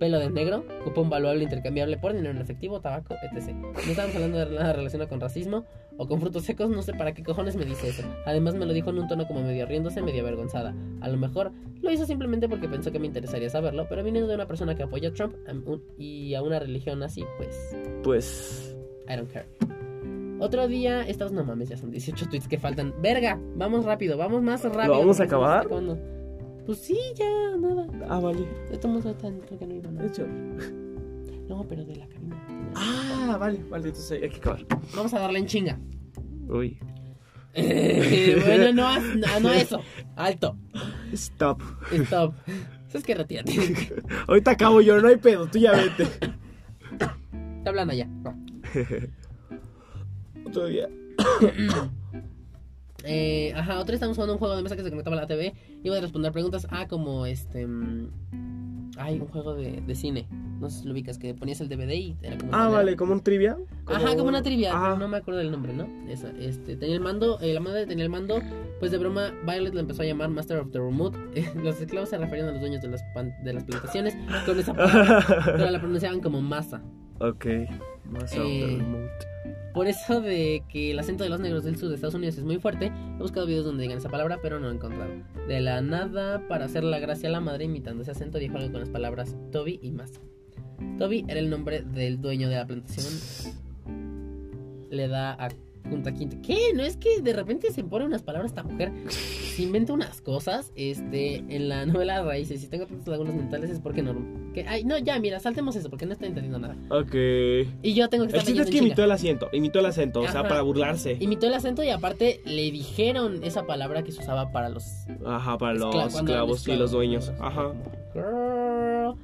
A: Pelo de negro, cupón valuable intercambiable por dinero en efectivo, tabaco, etc. No estábamos hablando de nada relacionado con racismo o con frutos secos, no sé para qué cojones me dice eso. Además me lo dijo en un tono como medio riéndose, medio avergonzada. A lo mejor lo hizo simplemente porque pensó que me interesaría saberlo, pero viniendo de una persona que apoya a Trump a un- y a una religión así, pues
B: Pues.
A: I don't care. Otro día, estas no mames, ya son 18 tweets que faltan. Verga, vamos rápido, vamos más rápido.
B: vamos
A: porque
B: a
A: se nos está
B: acabar?
A: acabando. Pues sí, ya, nada.
B: Ah, vale.
A: Estamos tan, creo que no iba nada.
B: Hecho.
A: No, pero de la cabina.
B: Ah, vale, vale. Entonces hay que acabar.
A: Vamos a darle en chinga.
B: Uy.
A: Eh, bueno, no, a- no, no a eso. Alto.
B: Stop.
A: Stop. ¿Sabes qué? Retírate.
B: Ahorita acabo yo, no hay pedo, tú ya vete.
A: Está hablando ya. No.
B: Otro día.
A: Eh, ajá, otra estamos jugando un juego de mesa que se conectaba a la TV. Iba a responder preguntas. Ah, como este. mm, Ay, un juego de, de cine. No sé si lo ubicas, que ponías el DVD y era como.
B: Ah,
A: una-
B: vale, como un trivia.
A: Ajá, como una trivia.
B: Ajá.
A: No me acuerdo del nombre, ¿no? Esa, este, tenía el mando, eh, la madre tenía el mando, pues de broma, Violet lo empezó a llamar Master of the Remote. los esclavos se referían a los dueños de las, pan- de las plantaciones con esa palabra, pero la pronunciaban como masa.
B: ok. Más out
A: Eh.
B: the remote.
A: Por eso de que el acento de los negros del sur de Estados Unidos es muy fuerte, he buscado videos donde digan esa palabra, pero no lo he encontrado. De la nada, para hacer la gracia a la madre imitando ese acento, dijo algo con las palabras Toby y más. Toby era el nombre del dueño de la plantación. Le da a Junta Quinta. ¿Qué? ¿No es que de repente se pone unas palabras esta mujer? Se inventa unas cosas. Este, en la novela Raíces, si tengo tantas lagunas mentales es porque no... que- ay, no, ya, mira, saltemos eso porque no estoy entendiendo nada.
B: Ok.
A: Y yo tengo que estar
B: El chiste es
A: leyendo
B: que
A: en chinga.
B: imitó el acento, imitó el acento, o sea,
A: Ajá.
B: para burlarse.
A: Imitó el acento y aparte le dijeron esa palabra que se usaba para los
B: Ajá, para los
A: escla- cuando eran
B: esclavos y los dueños. Ajá.
A: Girl.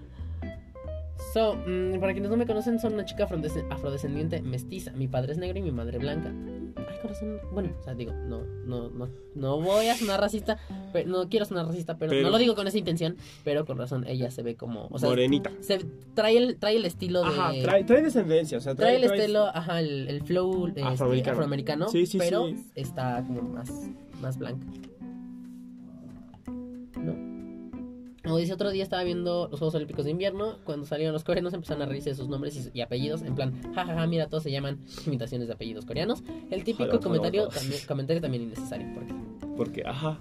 A: So, mm, para quienes no me conocen, son una chica afrodesc- afrodescendiente mestiza. Mi padre es negro y mi madre blanca. Ay, corazón. Bueno, o sea, digo, no, no, no, no voy a sonar racista, pero, no quiero sonar racista, pero,
B: Pero-
A: no lo digo con esa intención, pero con razón ella se ve como, o sea,
B: Morenita.
A: se trae el trae el estilo de
B: Ajá, trae, trae descendencia, o sea,
A: Trae
B: trae, este
A: el estilo, ajá, el, el flow este,
B: Afroamericano.
A: afroamericano.
B: Sí, sí,
A: pero
B: sí.
A: está como más, más blanca. ¿No? Como dice, otro día estaba viendo los Juegos Olímpicos de Invierno. Cuando salieron los coreanos empezaron a reírse de sus nombres y, y apellidos. En plan, jajaja, mira, todos se llaman imitaciones de apellidos coreanos. El típico
B: Ojalá, ojalá,
A: comentario,
B: ojalá.
A: También, comentario también innecesario. Porque...
B: Porque, ajá.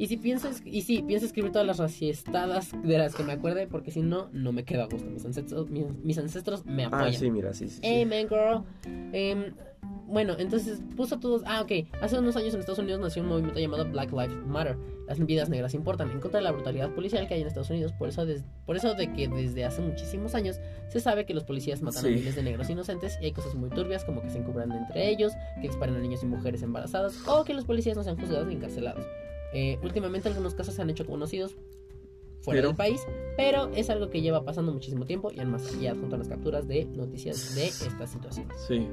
A: Y si pienso, es- y sí, pienso escribir todas las raciestadas de las que me acuerde, porque si no, no me quedo a gusto. Mis ancestros, mis, mis ancestros me apoyan.
B: Ah, sí, mira, sí, sí. sí.
A: Amen, girl. Em, bueno, entonces puso todos. Ah, ok. Hace unos años en Estados Unidos nació un movimiento llamado Black Lives Matter. Las vidas negras importan. En contra de la brutalidad policial que hay en Estados Unidos. Por eso, des- por eso de que desde hace muchísimos años se sabe que los policías matan a
B: Sí.
A: miles de negros inocentes. Y hay cosas muy turbias, como que se encubran entre ellos, que disparan a niños y mujeres embarazadas. O que los policías no sean juzgados ni encarcelados. Eh, últimamente algunos casos se han hecho conocidos fuera
B: Pero-
A: del país, pero es algo que lleva pasando muchísimo tiempo y además ya adjuntan las capturas de noticias de estas situaciones.
B: Sí.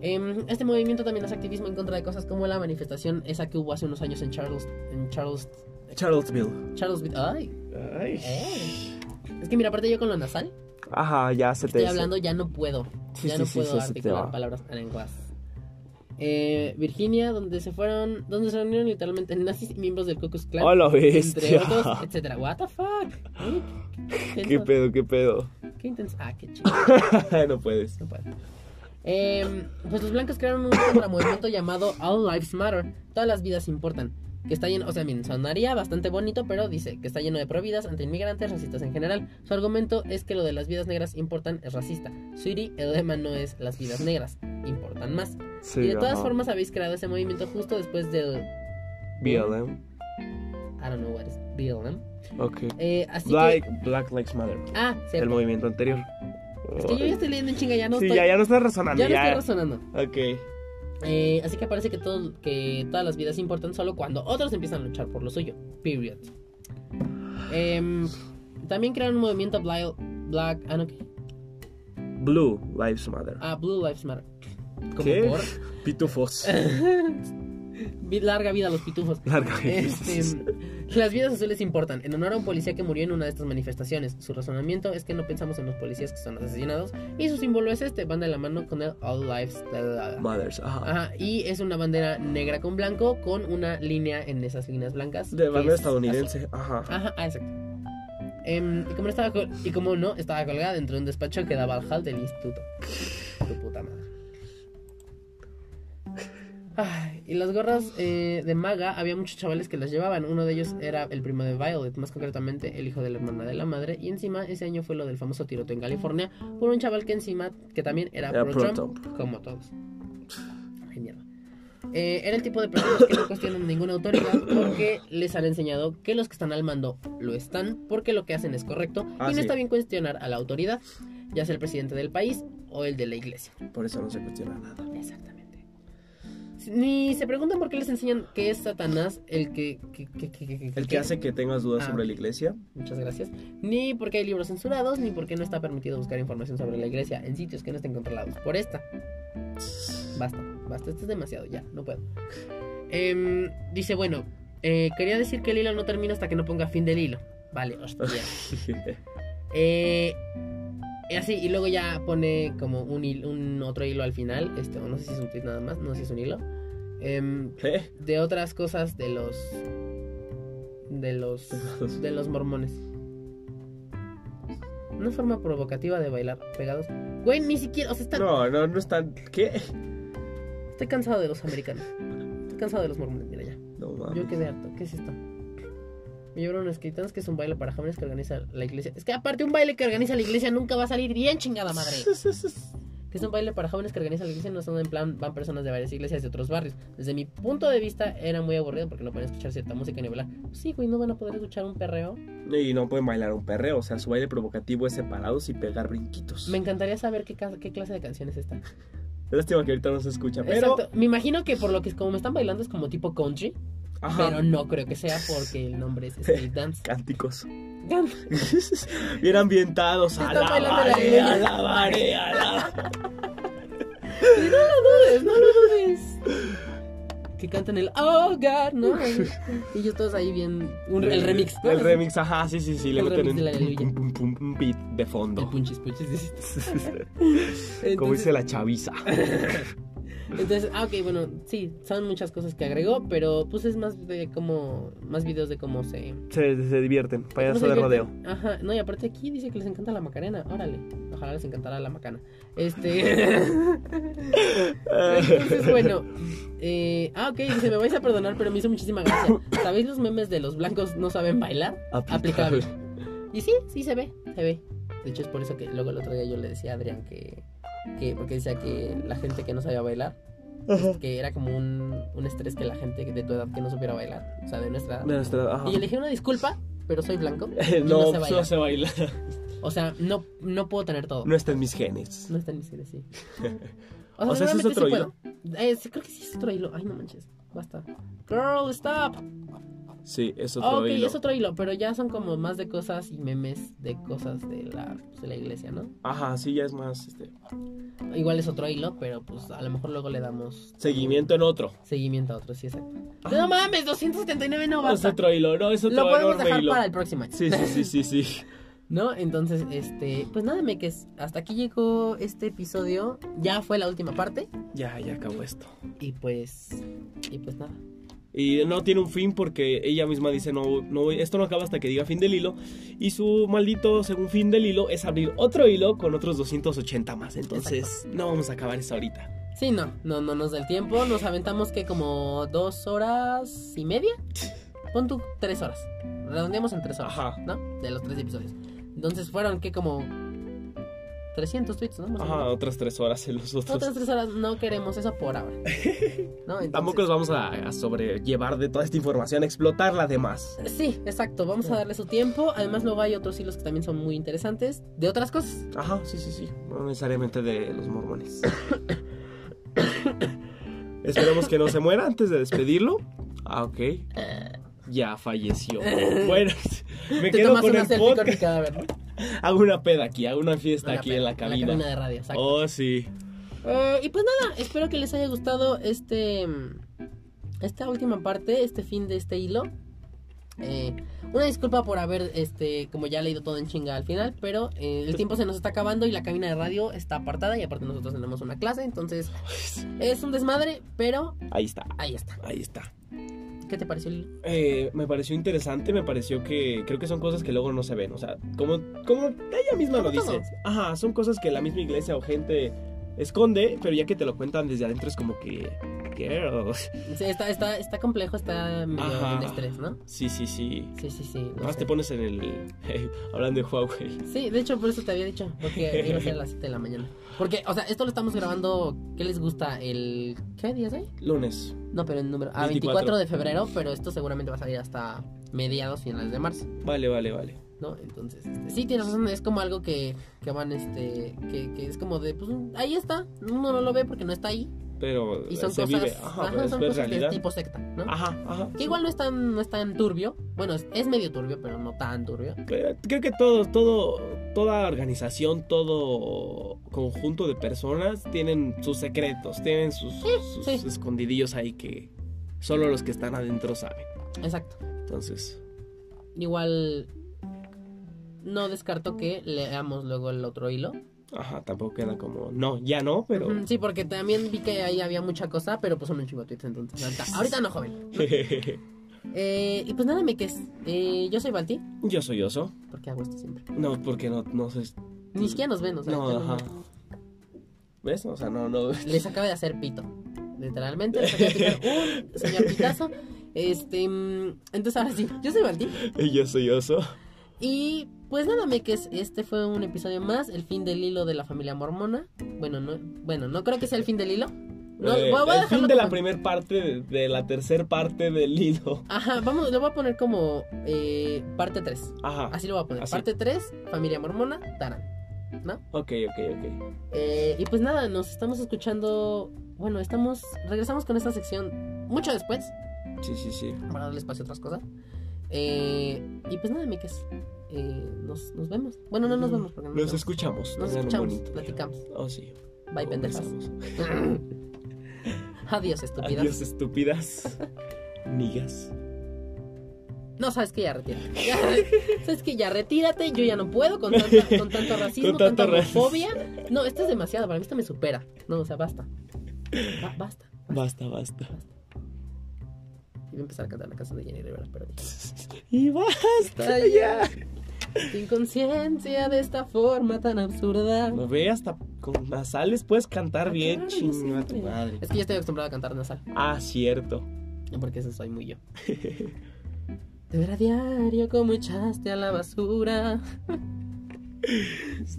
A: Em, este movimiento también hace activismo en contra de cosas como la manifestación esa que hubo hace unos años en Charles en Charles
B: Charlottesville.
A: Charles ay,
B: Ah, Ay.
A: Eh. Es que mira, aparte yo con lo nasal,
B: Ajá, ya se te.
A: estoy hablando, ya no puedo.
B: Sí,
A: ya
B: sí,
A: no
B: sí,
A: puedo
B: sí, se te
A: articular
B: va.
A: palabras lenguas. Eh, Virginia, donde se fueron, donde se reunieron literalmente nazis y miembros del Ku Klux Klan.
B: Hola,
A: entre
B: bestia.
A: otros, etcétera. What the fuck? Uy, qué,
B: Este, ¿Qué
A: intenso.
B: pedo, qué pedo?
A: Qué intenso. Ah, qué chido.
B: no puedes.
A: No puedo. Eh, pues los blancos crearon un contramovimiento llamado All Lives Matter. Todas las vidas importan. Que está lleno, o sea, miren, sonaría bastante bonito, pero dice que está lleno de providas, antiinmigrantes, racistas en general. Su argumento es que lo de las vidas negras importan es racista. Sweetie, el lema no es las vidas negras, importan más.
B: Sí,
A: y de todas
B: ajá.
A: formas habéis creado ese movimiento justo después del
B: BLM.
A: I don't know what is BLM.
B: Ok.
A: Eh, así
B: Black,
A: que
B: Black Lives Matter.
A: ah,
B: El
A: cierto.
B: movimiento anterior.
A: Es que yo ya estoy leyendo en chinga, ya no
B: sí,
A: estoy
B: ya, ya no estás razonando.
A: ya no
B: Ya,
A: estoy razonando.
B: Ok.
A: Eh, así que parece que, todo, que todas las vidas importan solo cuando otros empiezan a luchar por lo suyo. Period. Em, también crearon un movimiento Black, Black ah, no, ¿qué?
B: Blue Lives Matter.
A: Ah, Blue Lives Matter. Como
B: ¿Qué?
A: por
B: Pitufos.
A: Eh. vi- larga vida a los pitufos.
B: Larga
A: Este, las vidas azules importan. En honor a un policía que murió en una de estas manifestaciones, su razonamiento es que no pensamos en los policías que son asesinados y su símbolo es este, van de la mano con el All Lives bla, bla, bla.
B: Mothers, ajá.
A: Ajá, y es una bandera negra con blanco con una línea en esas líneas blancas.
B: De
A: que
B: banda
A: es
B: estadounidense, ajá.
A: azul. Ajá, ah, exacto. Em, y, como no estaba col- y como no, estaba colgada dentro de un despacho que daba al hall del instituto. Tu puta madre. Ay, y las gorras eh, de maga, había muchos chavales que las llevaban. Uno de ellos era el primo de Violet, más concretamente el hijo de la hermana de la madre. Y encima, ese año fue lo del famoso tiroteo en California por un chaval que encima, que también era,
B: Era
A: pro-Trump,
B: pro-Trump.
A: como todos. Ay, mierda. Eh, era el tipo de personas que no cuestionan ninguna autoridad porque les han enseñado que los que están al mando lo están porque lo que hacen es correcto
B: Ah,
A: y no
B: sí.
A: está bien cuestionar a la autoridad, ya sea el presidente del país o el de la iglesia.
B: Por eso no se cuestiona nada.
A: Exactamente. Ni se preguntan por qué les enseñan que es Satanás el que... que- que- que- que-
B: El que hace que tengas dudas
A: Ah,
B: sobre
A: ok.
B: la iglesia.
A: Muchas gracias. Ni porque hay libros censurados, ni porque no está permitido buscar información sobre la iglesia en sitios que no estén controlados por esta. Basta, basta, esto es demasiado, ya, no puedo. Em, dice, bueno, eh, quería decir que el hilo no termina hasta que no ponga fin del hilo. Vale, hostia. Eh, y así, y luego ya pone como un, hil- un otro hilo al final. Este, o no sé si es un tweet nada más, no sé si es un hilo. Em,
B: ¿Eh?
A: de otras cosas de los. De los. De los mormones. Una forma provocativa de bailar pegados. Güey, ni siquiera. O sea, está-
B: No, no, no están. ¿Qué?
A: estoy cansado de los americanos. Estoy cansado de los mormones, mira ya.
B: No
A: Yo
B: mames.
A: quedé harto. ¿Qué es esto? Me llevaron unos cristales que es un baile para jóvenes que organiza la iglesia. Es que aparte un baile que organiza la iglesia nunca va a salir bien chingada madre. Que es un baile para jóvenes que organiza la iglesia no son en plan van personas de varias iglesias de otros barrios. Desde mi punto de vista era muy aburrido porque no pueden escuchar cierta música ni bailar. Sí, güey, no van a poder escuchar un perreo.
B: Y no pueden bailar un perreo. O sea, su baile provocativo es separados y pegar brinquitos.
A: Me encantaría saber qué, ca- qué clase de canción es esta.
B: Lástima que ahorita no se escucha. Pero.
A: Exacto. Me imagino que por lo que es como me están bailando es como tipo country,
B: Ajá.
A: pero no creo que sea porque el nombre es street dance.
B: Cánticos. Bien ambientados.
A: Se están bailando la
B: Alabaré,
A: iglesia.
B: alabaré, alabaré.
A: Y no lo dudes, no lo dudes. Que cantan el Oh God, ¿no? Y yo todos ahí bien. un- el remix. ¿no?
B: El remix, ajá, sí, sí, sí. Le
A: El
B: meten
A: remix de la
B: un,
A: aleluya.
B: pum, pum, pum, pum, beat de
A: El
B: fondo.
A: punchis, punchis. dices.
B: Como
A: Entonces-
B: dice la chaviza.
A: Entonces, ah, ok, bueno, sí, son muchas cosas que agregó, pero pues es más de cómo, más videos de cómo se...
B: Se, se divierten,
A: cómo
B: payaso
A: se
B: de rodeo.
A: divierten. Ajá, no, y aparte aquí dice que les encanta la macarena, órale, ojalá les encantara la macana. Este... Entonces, bueno, eh, ah, ok, dice, me vais a perdonar, pero me hizo muchísima gracia. ¿Sabéis los memes de los blancos no saben bailar? Aplicable. Y sí, sí se ve, se ve. De hecho, es por eso que luego el otro día yo le decía a Adrián que... que porque decía que la gente que no sabía bailar
B: Ajá.
A: que era como un, un estrés que la gente de tu edad que no supiera bailar, o sea, de nuestra edad.
B: De nuestra- ajá.
A: Y yo le dije una disculpa, pero soy blanco. y no
B: No,
A: se
B: pues,
A: baila.
B: no se baila.
A: O sea, no, no puedo tener todo.
B: No está en mis genes.
A: No está en mis series, sí.
B: O sea, ¿eso es
A: seguramente
B: otro
A: sí puedo. Eh, sí, creo que sí es otro hilo. Ay, no manches. Basta. Girl, stop.
B: Sí, eso
A: Ah, ok,
B: otro hilo.
A: es otro hilo, pero ya son como más de cosas y memes de cosas de la, pues, de la iglesia, ¿no?
B: Ajá, sí, ya es más este,
A: Igual es otro hilo, pero pues a lo mejor luego le damos
B: seguimiento en otro.
A: seguimiento a otro, sí, exacto. No mames, 279 no
B: Es
A: basta.
B: otro hilo, no, es otro
A: Lo podemos
B: enorme
A: dejar
B: hilo.
A: para el próximo año.
B: Sí, sí, sí, sí, sí.
A: ¿No? Entonces, este, pues nada, me que hasta aquí llegó este episodio. Ya fue la última parte.
B: ya, ya acabó esto.
A: Y pues. Y pues nada.
B: Y no tiene un fin porque ella misma dice, no, no, esto no acaba hasta que diga fin del hilo. Y su maldito, según fin del hilo, es abrir otro hilo con otros 280 más. Entonces, no vamos a acabar eso ahorita.
A: Sí, no, no, no nos da el tiempo. Nos aventamos que como dos horas y media. Pon tú tres horas. Redondeamos en tres horas.
B: Ajá.
A: ¿No? De los tres episodios. Entonces fueron que como 300 tweets, ¿no? Más o
B: Ajá,
A: menos.
B: otras tres horas en los otros.
A: Otras tres horas no queremos eso por ahora. ¿No? Entonces-
B: Tampoco los vamos a, a sobrellevar de toda esta información, a explotarla además.
A: Sí, exacto. Vamos a darle su tiempo. Además, luego hay otros hilos que también son muy interesantes. De otras cosas.
B: Ajá, sí, sí, sí. No necesariamente de los mormones. Esperemos que no se muera antes de despedirlo. Ah, ok. Ya falleció. Bueno, me
A: Te
B: quedo
A: tomas
B: con
A: una
B: el
A: selfie con
B: podcast.
A: mi cadáver, ¿no?
B: Hago una peda aquí, hago una fiesta
A: Una
B: aquí
A: peda,
B: en la cabina.
A: de radio, exacto.
B: oh, sí.
A: Eh, y pues nada, espero que les haya gustado este mm, esta última parte, este fin de este hilo. Eh, una disculpa por haber, este, como ya leído todo en chinga al final, pero eh, el tiempo se nos está acabando y la cabina de radio está apartada y aparte nosotros tenemos una clase, entonces es un desmadre, pero
B: Ahí está,
A: ahí está.
B: ahí está.
A: ¿Qué te pareció el hilo?
B: Eh, me pareció interesante, me pareció que creo que son cosas que luego no se ven. O sea, como, como ella misma
A: Como
B: lo dice.
A: todo.
B: Ajá, son cosas que la misma iglesia o gente esconde, pero ya que te lo cuentan desde adentro es como que... girl.
A: Sí, está, está, está complejo, está medio
B: Ajá.
A: en estrés, ¿no?
B: Sí, sí, sí.
A: Sí, sí, sí. no
B: Más
A: sé.
B: te pones en el... hablando de Huawei.
A: Sí, de hecho, por eso te había dicho, porque iba a ser a las 7 de la mañana. Porque, o sea, esto lo estamos grabando, ¿qué les gusta? ¿El qué día es hoy?
B: Lunes.
A: No, pero el número... Ah, 24
B: 24
A: de febrero, pero esto seguramente va a salir hasta mediados, finales de marzo,
B: Vale, vale, vale.
A: ¿no? Entonces, este, sí, tienes razón, es como algo que, que van, este, que, que es como de, pues, ahí está, uno no lo ve porque no está ahí,
B: Pero
A: y son
B: se
A: cosas,
B: vive. Ajá,
A: ajá,
B: pero
A: son
B: después
A: cosas que
B: realidad. Ah.
A: es tipo secta, ¿no?
B: Ajá, ajá.
A: Que igual no es, tan, no es tan turbio, bueno, es, es medio turbio, pero no tan turbio.
B: Eh, Creo que todo, todo, toda organización, todo conjunto de personas tienen sus secretos, tienen sus, sus
A: sí.
B: escondidillos ahí que solo los que están adentro saben.
A: Exacto.
B: Entonces,
A: Igual no descarto que leamos luego el otro hilo.
B: ajá, tampoco queda como, no, ya no, pero...
A: Ujú, Sí, porque también vi que ahí había mucha cosa, pero pues son un chingo de tweets entonces. Ahorita, ahorita no, joven. Eh, y pues nada, me que es. eh, yo soy Balti,
B: Yo soy oso.
A: porque hago esto siempre.
B: No, porque no, no sé...
A: Ni siquiera nos ven, o sea,
B: No,
A: yo no-
B: ajá. ¿Ves? O sea, no, no...
A: les acaba de hacer pito. Literalmente, les acaba de picar un señor pitazo. Este, mm, entonces ahora sí, yo soy Balti.
B: Yo soy oso.
A: Y pues nada, meques, este fue un episodio más, el fin del hilo de la familia mormona. Bueno, no, bueno, no creo que sea el fin del hilo. No,
B: Eh,
A: voy a- voy a
B: el fin
A: dejarlo
B: de la
A: como-
B: primera parte, de, de la tercer parte del hilo.
A: Ajá, vamos, lo voy a poner como eh, parte 3.
B: Ajá.
A: Así lo voy a poner.
B: Así.
A: Parte 3, familia mormona, Tarán.
B: Ok, ok, ok.
A: Eh, y pues nada, nos estamos escuchando. Bueno, estamos. Regresamos con esta sección mucho después.
B: Sí, sí, sí.
A: Para darle espacio a otras cosas. Eh, y pues nada, Mikes. eh, nos, nos vemos. Bueno, no nos vemos porque no nos,
B: Nos
A: vemos.
B: escuchamos.
A: Nos
B: Tengan un
A: escuchamos,
B: bonito día.
A: platicamos.
B: Oh, sí.
A: Bye, pendejas.
B: Conversamos.
A: Adiós, estúpidas.
B: Adiós, estúpidas. Nigas.
A: No, sabes que ya retírate. Ya, sabes que ya retírate. Yo ya no puedo con, tanta- con tanto racismo,
B: Con tanto
A: tanta
B: racismo.
A: homofobia. No, esto es demasiado. Para mí esto me supera. No, o sea, basta. Ba- basta.
B: Basta, basta.
A: Iba a empezar a cantar la canción de Jenny Rivera, pero dije,
B: Y basta
A: Ay,
B: ya.
A: Sin conciencia de esta forma tan absurda.
B: No ve hasta con nasales puedes cantar
A: Ah,
B: bien,
A: claro, yo
B: chinga tu
A: siempre.
B: madre.
A: Es que yo estoy acostumbrado a cantar nasal.
B: Ah, cierto.
A: Porque eso soy muy yo. De ver a diario cómo echaste a la basura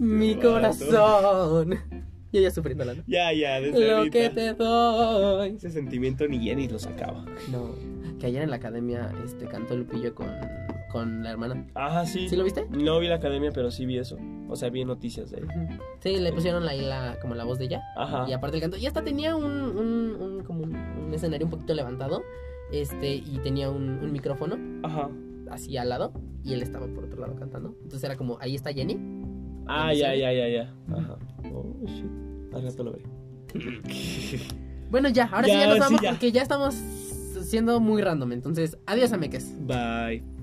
A: mi
B: vato.
A: corazón. Yo ya sufriéndola, ¿no?
B: Ya, ya, desde
A: Lo
B: ahorita.
A: que te doy.
B: Ese sentimiento ni Jenny lo sacaba.
A: No, que ayer en la academia este, cantó Lupillo con, con la hermana.
B: Ah, sí.
A: ¿Sí lo viste?
B: No vi la academia, pero sí vi eso. O sea, vi noticias de él.
A: Ujú. Sí, Ah. le pusieron ahí la, como la voz de ella.
B: Ajá.
A: Y aparte el canto. Y hasta tenía un, un, un- como un, un escenario un poquito levantado. Este, y tenía un, un micrófono
B: Ajá.
A: así al lado y él estaba por otro lado cantando. Entonces era como, ahí está Jenny.
B: Ah,
A: ¿En
B: ya,
A: serio?
B: ya, ya, ya. Ajá. Oh, shit. Al rato lo veré.
A: Bueno, ya, ahora sí
B: Ya,
A: ya nos
B: ahora sí,
A: vamos
B: ya.
A: porque ya estamos siendo muy random. Entonces, adiós, ameques.
B: Bye.